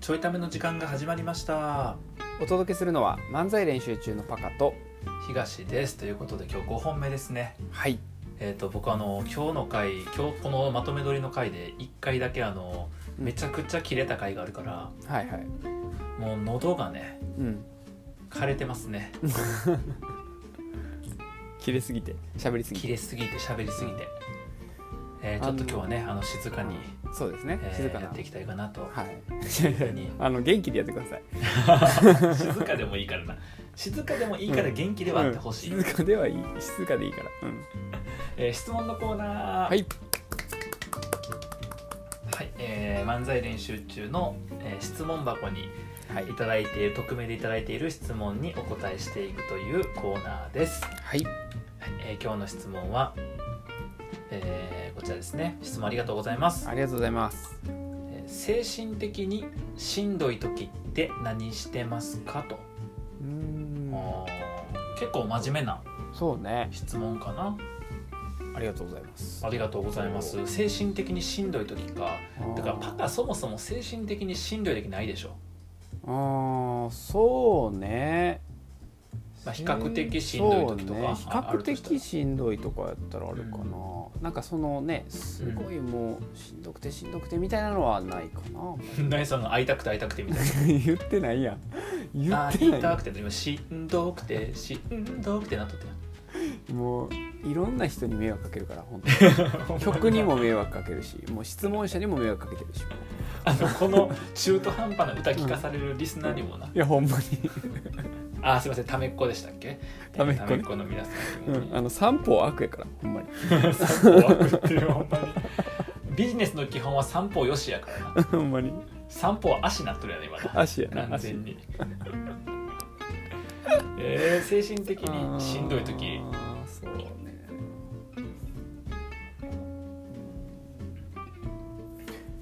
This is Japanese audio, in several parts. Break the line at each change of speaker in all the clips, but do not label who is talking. ちょいための時間が始まりました
お届けするのは漫才練習中のパカと
東ですということで今日5本目ですね
はい
えっ、と僕あの今日の回今日このまとめ撮りの回で1回だけあの
うん
めちゃくちゃ切れた回があるから
はいはい
もう喉がね
うん
枯れてますね
切れすぎて喋りすぎ
切
て
れすぎて喋りすぎて、えーちょっと今日はねあの静かに、
そうですね、
えー
静かな
やっていきたいかなと
はい
に
あの元気でやってくだ さい
静かでもいいからな静かでもいいから元気ではあってほしい、
うん静かではいい静かでいいから、うん、
えー質問のコーナー
はい
はいえー漫才練習中の、えー質問箱に
はい
いただいている匿名でいただいている質問にお答えしていくというコーナーです、はい
はい
えー今日の質問は、えーこちらですね質問ありがとうございます、
ありがとうございます
えー精神的にしんどい時って何してますかと、
うーん
あー結構真面目な
そうね
質問かな
ありがとうございます
ありがとうございます精神的にしんどい時かだからパ
あ
カそもそも精神的にしんどい時ないでしょ、
あーそうね
まあ、比較的しんどい時とか、
そうね比
ああ
較
るとしたら
的しんどいとかやったらあるかな、なんかそのねすごいもうしんどくてしんどくてみたいなのはないか な
何その会いたくて会いたくてみたいな
言ってないやん言
あ
って
ー
な
痛
いや
くて今しんどくてしんどくてなっとった
んもういろんな人に迷惑かけるから本 当
やん
に曲にも迷惑かけるしもう質問者にも迷惑かけてるし
あのこの中途半端な歌聞かされるリスナーにもな、
いやほんまに、
あーすいませんためっ子でしたっけ
ためっ子ね
ためっ子の皆さんにもね、
あの三歩悪やからほんまに
散歩は食ってるほんまにビジネスの基本は散歩よしやからな
ほんまに
散歩は足なっとるやね今な
足やな
完
足
全 にえー、精神的にしんどい時
あーそうね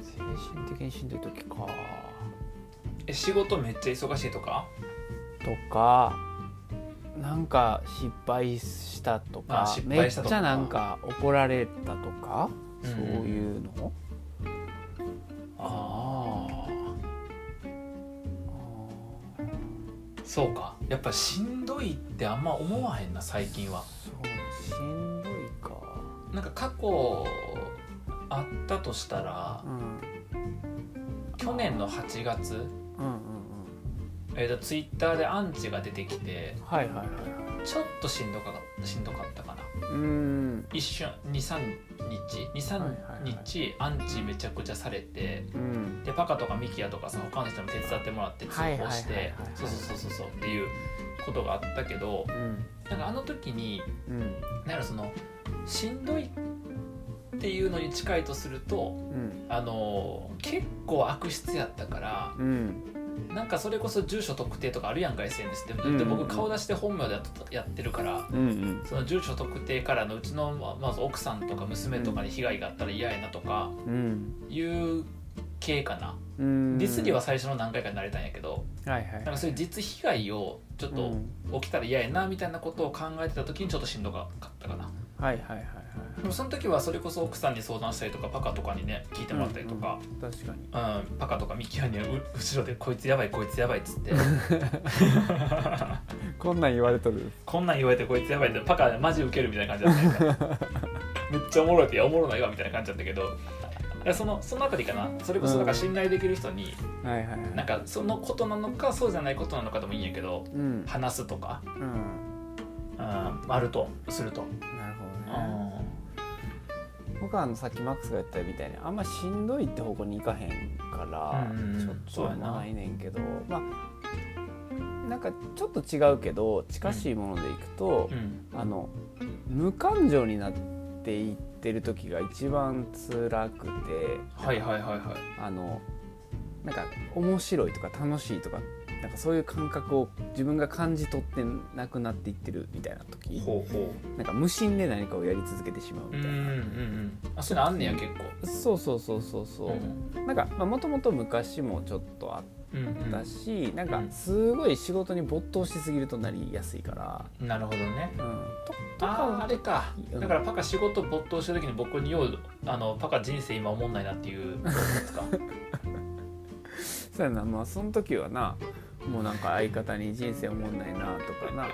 精神的にしんどい時か
え仕事めっちゃ忙しいとか
とかなんか失敗したと
あ
か
失
め
敗
っ
したと
ち
か
ゃなんか怒られたとか、
うん
そういうの
ああそうかやっぱしんどいってあんま思わへんな最近は
そうしんどいか
なんか過去あったとしたら
うん
去年の8月
うんうん
えーとツイッターでアンチが出てきて
うんはいはいはい
ちょっとしんどかしんどかったかな
うーん
一瞬23日
はい
23
はい
日アンチめちゃくちゃされて
うん
でパカとかミキヤとかさ他の人も手伝ってもらって通
はいはい
報
はいはい
してそうそうそうそうっていうことがあったけど
うん
なんかあの時に
うん
なんかそのしんどいっていうのに近いとすると
うん
あの結構悪質やったから
うん
なんかそれこそ住所特定とかあるやんか SNS で
んうん
で僕顔出して本名でやっとやってるから
うんうん
その住所特定からのうちのままず奥さんとか娘とかに被害があったら嫌やなとか
うん
いう系かな
うん
ディスには最初の何回かになれたんやけど
はいはい
なんかそういう実被害をちょっ
う
と
ん
起きたら嫌やなみたいなことを考えてた時にちょっとしんどかったかな
はいはいはいはい
でもその時はそれこそ奥さんに相談したりとかパカとかにね聞いてもらったりとか、
確かに
うんパカとかミキアにはう後ろで「こいつやばいこいつやばい」っつって
こんなん言われとる
こんなん言われてこいつやばいってパカマジウケるみたいな感じだったよねめっちゃおもろいっていやおもろないわみたいな感じだったけどいやそのそのあたりかなそれこそなんか信頼できる人に、
はいはいは
なん
い
かそのことなのかそうじゃないことなのかでもいいんやけど
うん
話すとか、
うん
うん、あるとすると、
なるほ
う
どね
ん
僕はあのさっきマックスが言ったみたいにあんましんどいって方向に行かへんから
うんうん
ちょっと
そうや
は
な
ないねんけどまあなんかちょっと違うけど近しいものでいくと
うん
あの無感情になっていってる時が一番辛くて
はいはいはいはい
あのなんか面白いとか楽しいとかなんかそういう感覚を自分が感じ取ってなくなっていってるみたいな時
ほうほ
なんか無心で何かをやり続けてしまう
うう
み
ん
た
う
い
んうん
な、
うんあそういうのあんねや結構
そうそうそうそうそう、なんかもともと昔もちょっとあっ
うんうん
たし、なんかすごい仕事に没頭しすぎるとなりやすいから、
なるほどね
うん、とと
あああ
か
れか
うん
だからパカ仕事没頭した時に僕 にようあのパカ人生今おもんないなっていうやつか
そうやなまあその時はなもうなんか相方に人生おもんないなとかなあ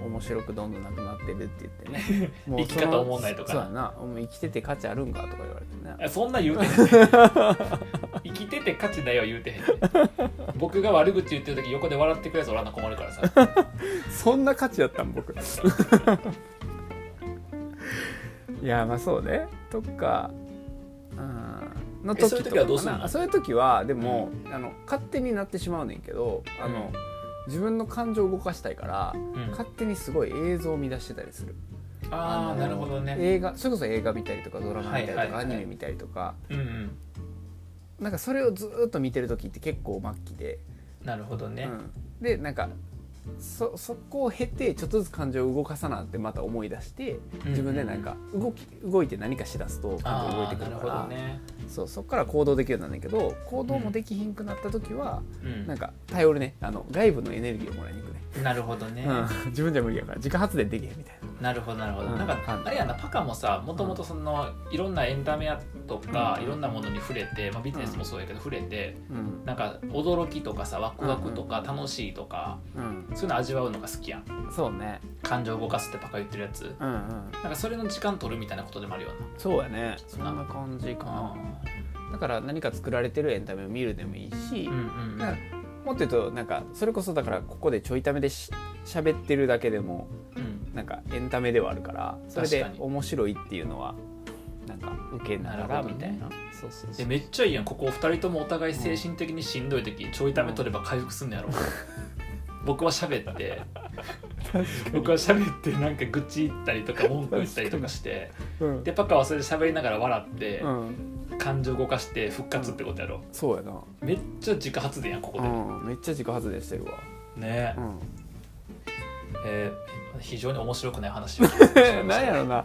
の面白くどんどんなくなってるって言って ねもうその
生き方おもんないとか
そうやなもう生きてて価値あるんかとか言われてね
あそんな言うてへんね生きてて価値ないは言うてへんね僕が悪口言ってる時横で笑ってくれそうらんな困るからさ
そんな価値やったん 僕いやまあそうねとかうんの
えそういう時はどうするの
とかなそういう時はでも、あの勝手になってしまうねんけどあの、
うん
自分の感情を動かしたいから、
ん
勝手にすごい映像を見出してたりする
あ
の
あなるほどね
映画それこそ映画見たりとかドラマ見たりとか、
はいはいはい
アニメ見たりとか
うんうん
なんかそれをずーっと見てる時って結構末期で、
なるほどね、
うん、でなんかそそこを経てちょっとずつ感情を動かさなってまた思い出して
うん
自分でなんか動き動いて何かしだすと感情動い
あ
て
あ
く
な
る
る
か
ほど
ら、
ね
そうそこから行動できるようになんだけど行動もできひんくなった時は、
うん
なんか頼るねあの外部のエネルギーをもらいに行くね、
なるほどね、
うん、 自分じゃ無理やから自家発電できへんみたいな。
なるほどなるほど、
うん
なんかあれやなパカもさもともとそのいろんなエンタメやとか、
うん
いろんなものに触れて、まあ、ビジネスもそうやけど触れて
うん
なんか驚きとかさワクワクとか楽しいとか、
うん、
そういうの味わうのが好きやん
そうね、
感情動かすってパカ言ってるやつ
うんうん、
なんかそれの時間取るみたいなことでもあるよう
そうやね
そ
そ
ん
ん
な
な感じか
な
な、だから何か作られてるエンタメを見るでもいいし、
うんうん
なんかもっと言うとなんかそれこそだからここでちょいためでし喋ってるだけでも
うん
なんかエンタメではあるからそれで
確かに
面白いっていうのはなんか受けなが
な
ら
るほ
み
ど
た
ね
いなそうそう
え
そう
めっちゃいいやんここお二人ともお互い精神的にしんどい時ちょいため取れば回復すんの やろ僕は喋って僕は喋ってなんか愚痴言ったりとか文句言ったりとかして
う ん
でパカはそれで喋りながら笑って
う、ん、
感情動かして復活ってことやろ、
そうやな、
めっちゃ自家発電やんここで、
うん、めっちゃ自己発電してるわ、
ね
う
え
ん、
えー非常に面白くない 話を聞いてしまいまし
な
た
んやろなあ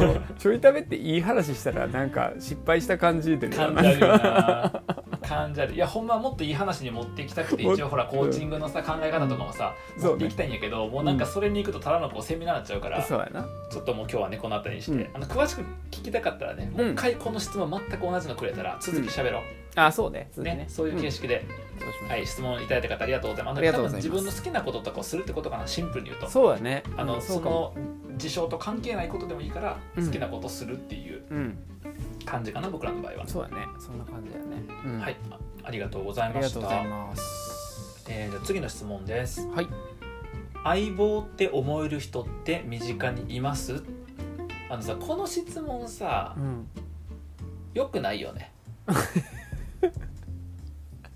のちょいためっていい話したらなんか失敗した感じで
感じあるよな感じあるいやほんまはもっといい話に持っていきたくて一 応ほらコーチングのさ考え方とかもさ
そう
持って
ね
いきたいんやけどもうなんかそれに行くとただのこうセミナーになっちゃうから
そうやな
ちょっともう今日はねこの辺りにして、
うん
あの詳しく聞きたかったらねもう一回この質問全く同じのくれたら続き喋ろ
あそうね
う、ねそういう形式で、
うんそうしましょう
はい、質問いただいた方ありがとうございます。
ありがとうございます
多分自分の好きなこととかをするってことかな、シンプルに言うと。
そうやね
あの
うん
そう
かも
の事象と関係ないことでもいいから、
うん
好きなことをするっていう
うん
感じかな、僕らの場合は。
そうだね。そんな感じだよね。うん
はい、あありがとうござい
あ
ま
りがと
し
うござ
た
い。ます。
えーじゃあ次の質問です。
はい。
相棒って思える人って身近にいますあのさ、この質問さ
う、ん。
よくないよね。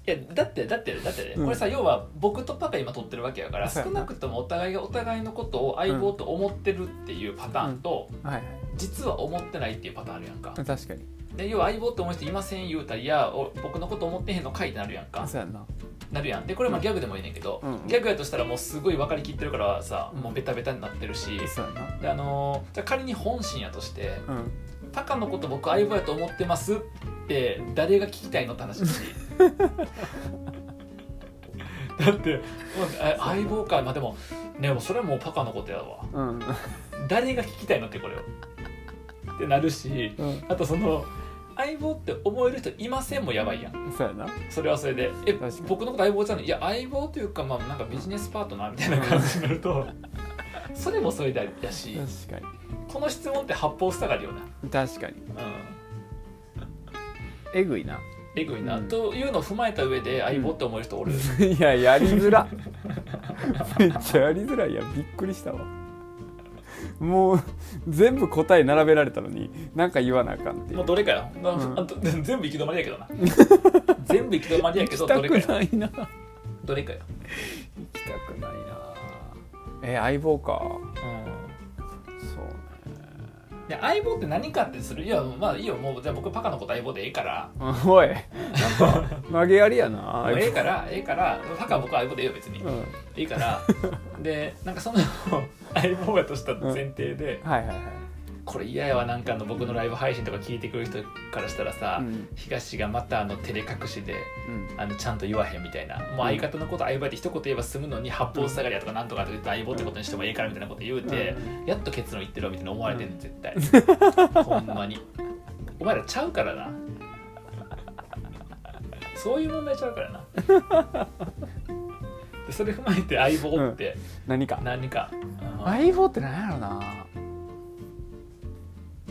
いやだってだってだってね、
うん
これさ要は僕とパパ今撮ってるわけやから
そう
少
やな
なくともお互いがお互いのことを相棒と思ってるっていうパターンと、
はい。
実は思ってないっていうパターンあるやんか、
確かに。
で要は相棒って思う人いません言うたりいやお僕のこと思ってへんのかいってなるやんか
そうやんな。
なるやんでこれまあギャグでもいいねんけど、
うん
ギャグやとしたらもうすごい分かりきってるからさ
うん
もうベタベタになってるし
そうやんな。
であのーじゃあ仮に本心やとして
うん。
パカのこと僕相棒やと思ってますって誰が聞きたいのって話だ しだってもうあ相棒かまあでもねもうそれはもうパカのことやわ
うん。
誰が聞きたいのってこれをってなるしあとその相棒って思える人いませんもやばいやん
そうやな。
それはそれでえ
確かに
僕のこと相棒じゃないいや相棒というかまあなんかビジネスパートナーみたいな感じになる とそれもそれだやし
確か
この質問って八方塞がりよな
に。確かに。
うん
えぐいな。
えぐいな、
うん
というのを踏まえた上で相棒って思える人おる、
いや、やりづら。 めっちゃやりづらいやん。びっくりしたわ。もう全部答え並べられたのに何か言わなあかんってい
もう
う。
どれかよ、まあ
うん
あと全部行き止まりやけど な全部行き止まりやけどど
行きた
れか
く
よ
ないな。
どれかよ、
行きたくないな。え、相棒か。
う
そうね。
ん、で相棒って何かってするいやまあいいよもうじゃあ僕パカのこと相棒でええから
おいなんか投げやりやな
もうええからええからパカは僕は相棒でええよ別に、
うん、
いいからでなんかその相棒やとした前提で、
はいはいはい、
これ嫌やわなんかあの僕のライブ配信とか聞いてくる人からしたらさ、
うん
東がまたあの照れ隠しで
うん、
あのちゃんと言わへんみたいなもう相方のこと相棒って一言言えば済むのに八方塞がりやとかなんとかとか言って相棒ってことにしてもええからみたいなこと言うてやっと結論言ってるわみたいな思われてんねん絶対ほんまにお前らちゃうからなそういう問題ちゃうからなでそれ踏まえて相棒って
何か
何か、あの
相棒って何やろうな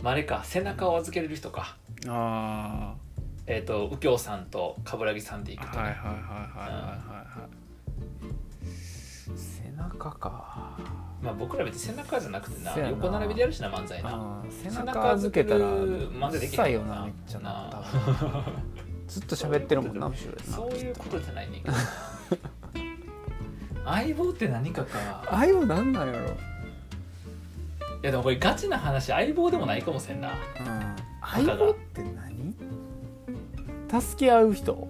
まああれか背中を預けれる人か
あ
えっ、と右京さんと冠城さんでい
ー
くと、
はいはいはいはいはいはい背中か
まあ僕ら別に背中じゃなくてな
せやな
横並びでやるしな漫才な
あー背
背
中預けたら
まででき
臭いよ
な
ないめっちゃな多分ずっと喋ってるもんな後ろで な
そういうことじゃないねん けどな相棒って何かか
相棒なんなんやろ
いやでもこれガチな話相棒でもないかもしれんな
相棒って何助け合う人って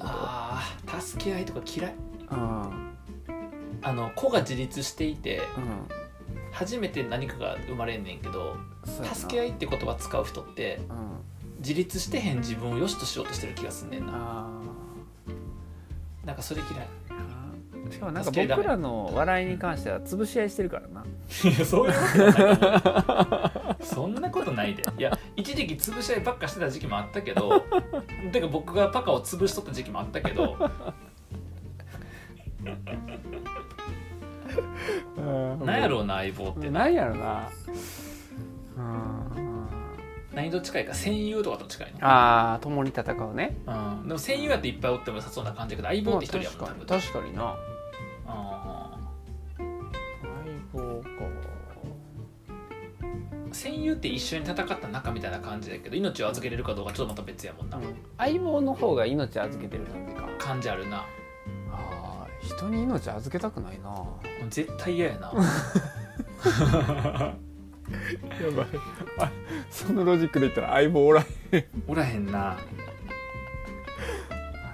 こと
あー助け合いとか嫌い
うん
あの子が自立していて
うん
初めて何かが生まれんねんけど
そうやな
助け合いって言葉使う人って
うん
自立してへん自分を良しとしようとしてる気がすんねんな
あ
なんかそれ嫌い
ーしかもなんか僕らの笑いに関しては潰し合いしてるからない
や そういうことはないと思うそんなことないでいや一時期潰し合いばっかしてた時期もあったけ どてか僕がパカを潰しとった時期もあったけどなんやろうな相棒って
なんやろなうん
何と近いか戦友とかと近いな、
ああ共に戦うね
うん、でも戦友やっていっぱいおっても良さそうな感じやけど相棒
ま
っ
あ
て一人や
確
もん
か
多
に
分
確かにな
う
相棒
ん
か
戦友って一緒に戦った仲みたいな感じだけど命を預けれるかどうかちょっとまた別やもんな、
相棒の方が命預けてる感じか
感じあるな
あー人に命預けたくないな
絶対嫌 やな
やばいそのロジックで言ったら相棒おらへん
おらへんな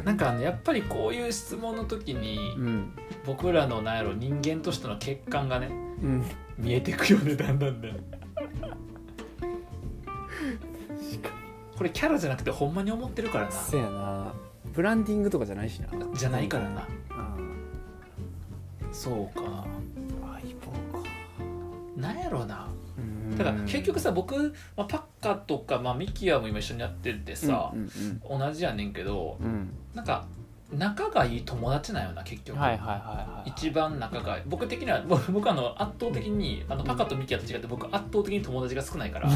なんかあのやっぱりこういう質問の時に
うん、
僕らのなんやろ人間としての欠陥がね
うん、
見えてくよねだんだんねこれキャラじゃなくてほんまに思ってるから
せ
な
やなブランディングとかじゃないしな
じゃないからな
うん
そうか
相棒か
なんやろうな
うん
だから結局さ僕、まあ、パッカとか、まあ、ミキアも今一緒にやっててさ
う、んうん
同じやねんけど
うん、
なんか仲がいい友達なんよな結
うん
局、
はいはいはいはい
一番仲がいい僕的には 僕僕あの圧倒的にあのパカとミキアと違って僕圧倒的に友達が少ない から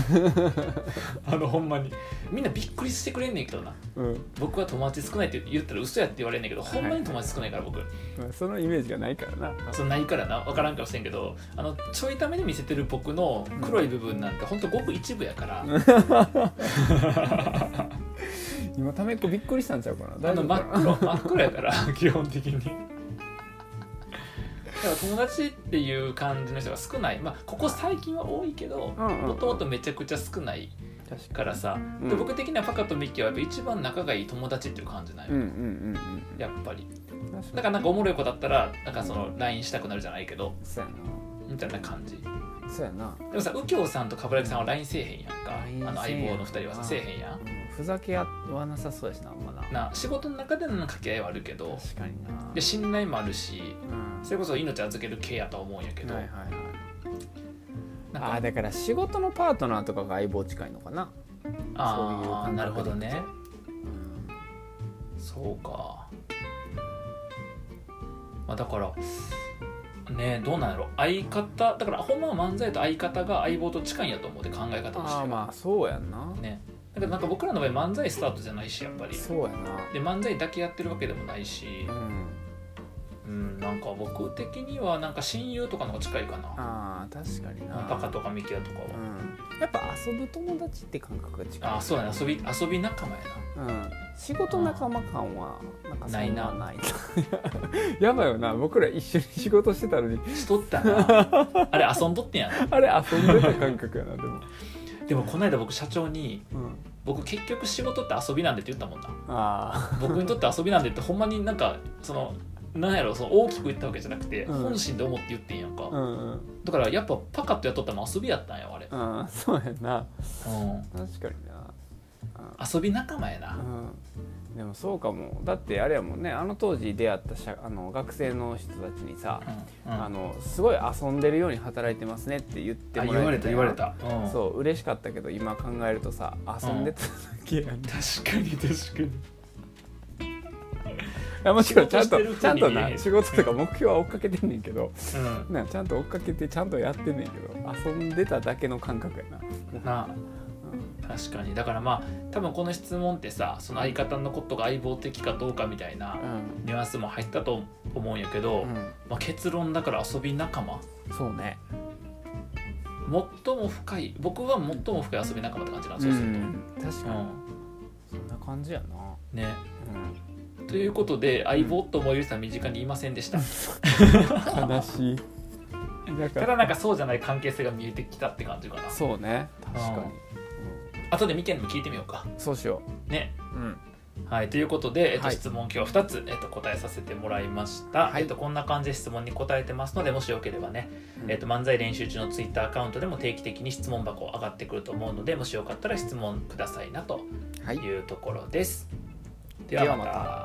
あのほんまにみんなびっくりしてくれんねんけどな
うん
僕は友達少ないって言ったら嘘やって言われんねんけどほんまに友達少ないから僕
まあ、そのイメージがないからな
そのないからな分からんかもしれんけどあのちょいために見せてる僕の黒い部分なんてほんとごく一部やから
今ためっこびっくりしたんちゃうかな
あ
大
の
丈夫
真
か
っ黒真っ黒やから 基本的にだから友達っていう感じの人が少ないまあここ最近は多いけど
なうんうん
もともとめちゃくちゃ少ない
確
からさ、
うん
で僕的にはパカとミッキーはやっぱ一番仲がいい友達っていう感じなんよ、
うんうんうんうん
やっぱり
うん確
だからなんかおもろい子だったらなんかその LINE したくなるじゃないけど
そうや
みたいな感じで
なそうやな、
もさ右京さんと冠城さんは LINE せえへんやんかあ
LINE
の
せえへん
相棒の2人はさせえへんやん
うんふざけ合わなさそうやしなあんまな
な仕事の中での掛け合いはあるけど
確かにな
で信頼もあるし
うん
それこそ命預ける系やとは思うんやけど、
はいはいはい
なん
あ
か
ーだから仕事のパートナーとかが相棒近いのかな、そういう
あ
感覚
ーなるほどね
うん、
そうか、まあ、だからねどうなんやろ相方だからほんまは漫才と相方が相棒と近いんやと思って考え方として
あ
は
あまあそうやんな
ねだからなんか僕らの場合漫才スタートじゃないしやっぱり
そうや
で漫才だけやってるわけでもないし
なうん
うんなんか僕的にはなんか親友とかの方が近いかな
ああ確かにな
パカとかミキアとかは
うんやっぱ遊ぶ友達って感覚が近い
ああそうやな遊び遊び仲間や
うん仕事仲間感はなんかそん
ないな
ないな やばいよな僕ら一緒に仕事してたのに
なしとった なあれ遊んどってんやな
あれ遊んでた感覚やなでも、
でもこの間僕社長に
うん、
僕結局仕事って遊びなんでって言ったもんな
あ
僕にとって遊びなんでってほんまになんかそのなんやろその大きく言ったわけじゃなくて、
うん
本心で思って言ってんやんか、
あうんうん
だからやっぱパカッとやっとったの遊びやったんやあれ、
うんそうやんな
うん
確かにな
遊び仲間や
う
な、
んでもそうかもだってあれやもんねあの当時出会った社あの学生の人たちにさ、
うんうん
あのすごい遊んでるように働いてますねって言って
あ
も
言わ
ら
れ
えて
た言われた、うん
そう嬉しかったけど今考えるとさ遊んでただけやん、
確かに確かに
やもちろんちゃん
仕事して
と
る
ちゃんと
限
な
り
仕事とか目標は追っかけてんねんけど、
うん
なちゃんと追っかけてちゃんとやってんねんけど遊んでただけの感覚やな
なあ確かにだからまあ多分この質問ってさその相方のことが相棒的かどうかみたいな
うん、
ニュアンスも入ったと思うんやけど、まあ、結論だから遊び仲間
そうね
最も深い僕は最も深い遊び仲間って感じなんで
う
すよ、そうすると
ん確かに、そんな感じやな
うんねということで相棒と思える人は身近にいませんでした
うん、悲しいだか
た
ら
だなんかそうじゃない関係性が見えてきたって感じかな
そうね確かに、
後で見てんの聞いてみようか
うんそうしよ
ね
う、うん、
はい、ということで、えっと、
はい
質問今日2つ、えっと、答えさせてもらいました、
はい
えっと、こんな感じで質問に答えてますのでもしよければね、
うん
えっと、漫才練習中のツイッターアカウントでも定期的に質問箱上がってくると思うのでもしよかったら質問くださいなと
はい
いうところです、
ではまた